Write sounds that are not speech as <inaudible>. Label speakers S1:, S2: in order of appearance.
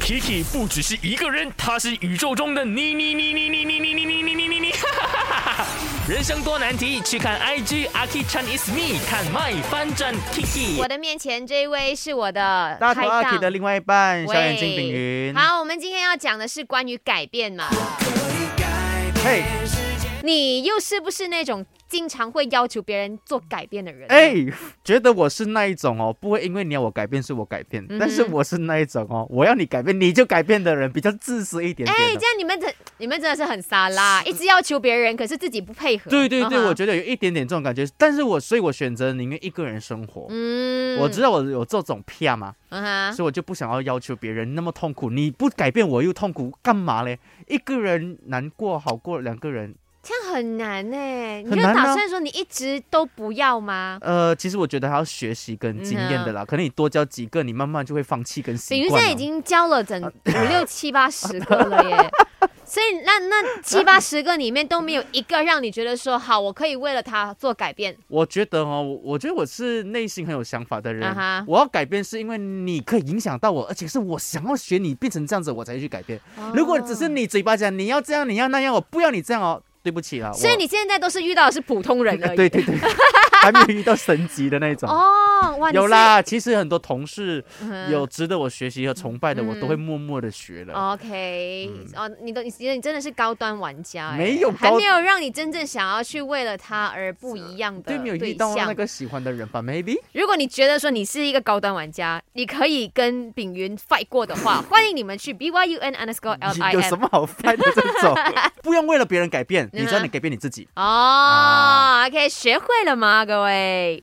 S1: Kiki 不只是一个人，她是宇宙中的你你你你你你你你你你你你你。 <laughs> 人生多难题，去看 IG Aki Chan is me，看 my 翻转 Kiki
S2: 我。的面前这位是我的
S3: 大头
S2: 拍
S3: 阿
S2: 档
S3: K 的另外一半
S2: 喂
S3: 小眼睛丙云。
S2: 好，我们今天要讲的是关于改变嘛，
S3: 嘿，
S2: 你又是不是那种经常会要求别人做改变的人？啊
S3: 哎，觉得我是那一种哦，不会因为你要我改变是我改变，
S2: 嗯哼
S3: 但是我是那一种哦，我要你改变你就改变的人，比较自私一点
S2: 哎、
S3: 点的。
S2: 这样你们真你们真的是很沙拉，一直要求别人，可是自己不配合。
S3: 对对对，
S2: 嗯哼
S3: 我觉得有一点点这种感觉，但是我所以，我选择宁愿一个人生活。
S2: 嗯
S3: 我知道我有这种癖嘛，
S2: 嗯哼，
S3: 所以我就不想要要求别人那么痛苦。你不改变我又痛苦，干嘛嘞？一个人难过好过两个人。
S2: 这样很难呢、你就
S3: 很难啊
S2: 打算说你一直都不要吗？
S3: 呃，其实我觉得还要学习跟经验的啦，可能你多交几个，你慢慢就会放弃跟习
S2: 嗯比如
S3: 惯
S2: 现在
S3: 了。啊
S2: 已经交了整五
S3: <laughs>
S2: 六七八十个了耶，所以那那七八十个里面都没有一个让你觉得说好，我可以为了他做改变。
S3: 我觉得哦，我我觉得我是内心很有想法的人。
S2: 啊哈
S3: 我要改变是因为你可以影响到我，而且是我想要学你变成这样子，我才去改变。如果只是
S2: 哦，
S3: 你嘴巴讲你要这样，你要那样，我不要你这样哦，对不起啦。
S2: 所以
S3: 我
S2: 你现在都是遇到的是普通人而已。
S3: <laughs> 对
S2: <laughs>
S3: 对对，还没有遇到神级的那种。
S2: 哦，哇，你
S3: 有
S2: 是
S3: 啦，其实很多同事
S2: 嗯
S3: 有值得我学习和崇拜的，我都会默默的学了。
S2: OK，、哦，你都你觉得你真的是高端玩家、哎，
S3: 嗯没有
S2: 还
S3: 高
S2: 没有让你真正想要去为了他而不一样的
S3: 对，没有遇
S2: 对
S3: 到那
S2: 象。
S3: 个喜欢的人吧？Maybe
S2: 如果你觉得说你是一个高端玩家，你可以跟丙云 fight 过的
S3: <laughs>
S2: 话，欢迎你们去 byun underscore
S3: 有
S2: lim
S3: 什。么好翻的这种？不用为了别人改变，你知道
S2: 嗯哼
S3: 你改变你自己。
S2: 哦、o k 学会了吗，各位？